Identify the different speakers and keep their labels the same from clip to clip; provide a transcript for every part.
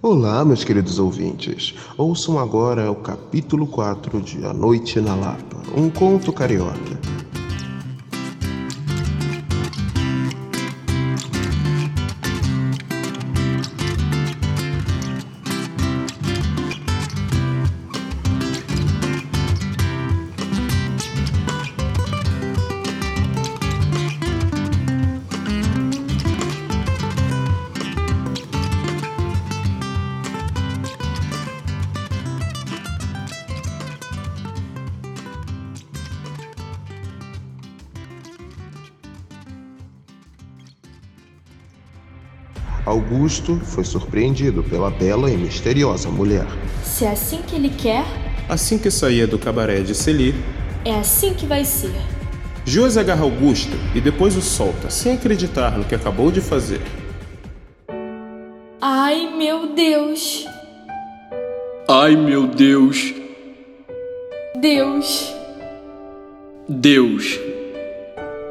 Speaker 1: Olá, meus queridos ouvintes. Ouçam agora o capítulo 4 de A Noite na Lapa, um conto carioca. Augusto foi surpreendido pela bela e misteriosa mulher.
Speaker 2: Se é assim que ele quer,
Speaker 3: Assim que saía do cabaré de Celi,
Speaker 2: é assim que vai ser.
Speaker 3: Josi agarra Augusto e depois o solta, sem acreditar no que acabou de fazer.
Speaker 2: Ai, meu Deus!
Speaker 4: Ai meu Deus,
Speaker 2: Deus!
Speaker 4: Deus,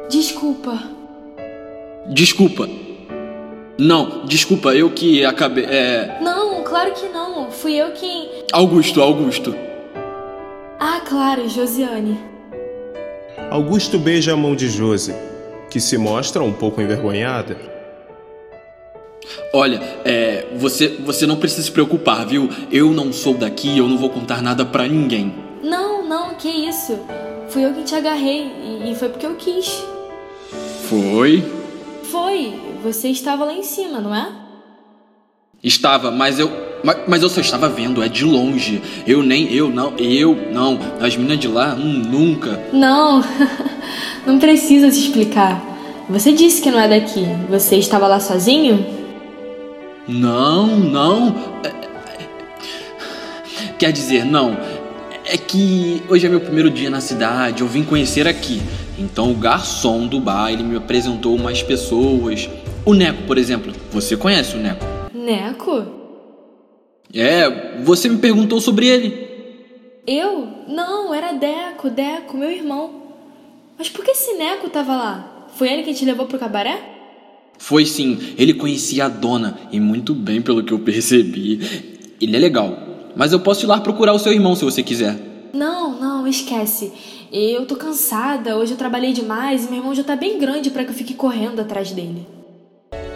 Speaker 2: Desculpa.
Speaker 4: desculpa. Não, desculpa, eu que acabei. É.
Speaker 2: Não, claro que não. Fui eu quem.
Speaker 4: Augusto, Augusto.
Speaker 2: Ah, claro, Josiane.
Speaker 3: Augusto beija a mão de Josi, que se mostra um pouco envergonhada.
Speaker 4: Olha, é. Você, você não precisa se preocupar, viu? Eu não sou daqui, eu não vou contar nada pra ninguém.
Speaker 2: Não, não, que isso. Fui eu quem te agarrei e, e foi porque eu quis.
Speaker 4: Foi?
Speaker 2: Foi. Você estava lá em cima, não é?
Speaker 4: Estava, mas eu. ma- Mas, eu só estava vendo, é de longe. Eu nem. Eu não. Eu não. As meninas de lá, hum, nunca.
Speaker 2: Não, não precisa se explicar. Você disse que não é daqui. Você estava lá sozinho?
Speaker 4: Não, não. É, é, Quer dizer, não. É que hoje é meu primeiro dia na cidade, eu vim conhecer aqui. Então o garçom do bar, ele me apresentou umas pessoas. O Neco, por exemplo. Você conhece o Neco?
Speaker 2: Neco?
Speaker 4: É, você me perguntou sobre ele.
Speaker 2: Eu? Não, era Deco, Deco, meu irmão. Mas por que esse Neco tava lá? Foi ele que te levou pro cabaré?
Speaker 4: Foi sim, ele conhecia a dona e muito bem pelo que eu percebi. Ele é legal, mas eu posso ir lá procurar o seu irmão se você quiser.
Speaker 2: Não, não, esquece. Eu tô cansada, hoje eu trabalhei demais e meu irmão já tá bem grande pra que eu fique correndo atrás dele.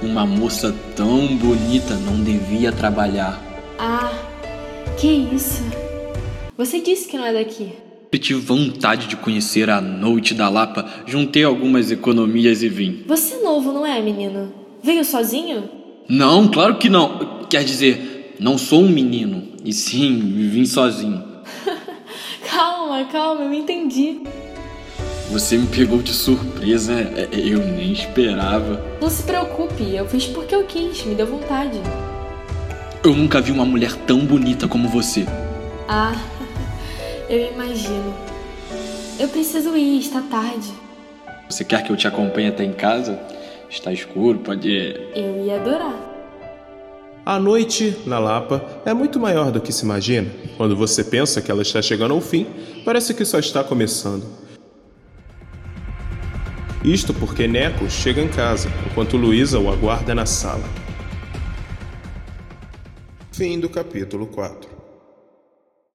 Speaker 4: Uma moça tão bonita não devia trabalhar.
Speaker 2: Ah, que isso. Você disse que não é daqui.
Speaker 4: Eu tive vontade de conhecer a noite da Lapa, juntei algumas economias e vim.
Speaker 2: Você é novo, não é, menino? Veio sozinho?
Speaker 4: Não, claro que não. Quer dizer, não sou um menino. E sim, vim sozinho.
Speaker 2: Calma, calma, eu entendi.
Speaker 4: Você me pegou de surpresa, é, é, eu nem esperava.
Speaker 2: Não se preocupe, eu fiz porque eu quis, me deu vontade.
Speaker 4: Eu nunca vi uma mulher tão bonita como você.
Speaker 2: Ah, eu imagino. Eu preciso ir, está tarde.
Speaker 4: Você quer que eu te acompanhe até em casa? Está escuro, pode. é,
Speaker 2: Eu ia adorar.
Speaker 3: A noite, na Lapa, é muito maior do que se imagina. Quando você pensa que ela está chegando ao fim, parece que só está começando. Isto porque Neco chega em casa, enquanto Luísa o aguarda na sala.
Speaker 1: Fim do capítulo 4.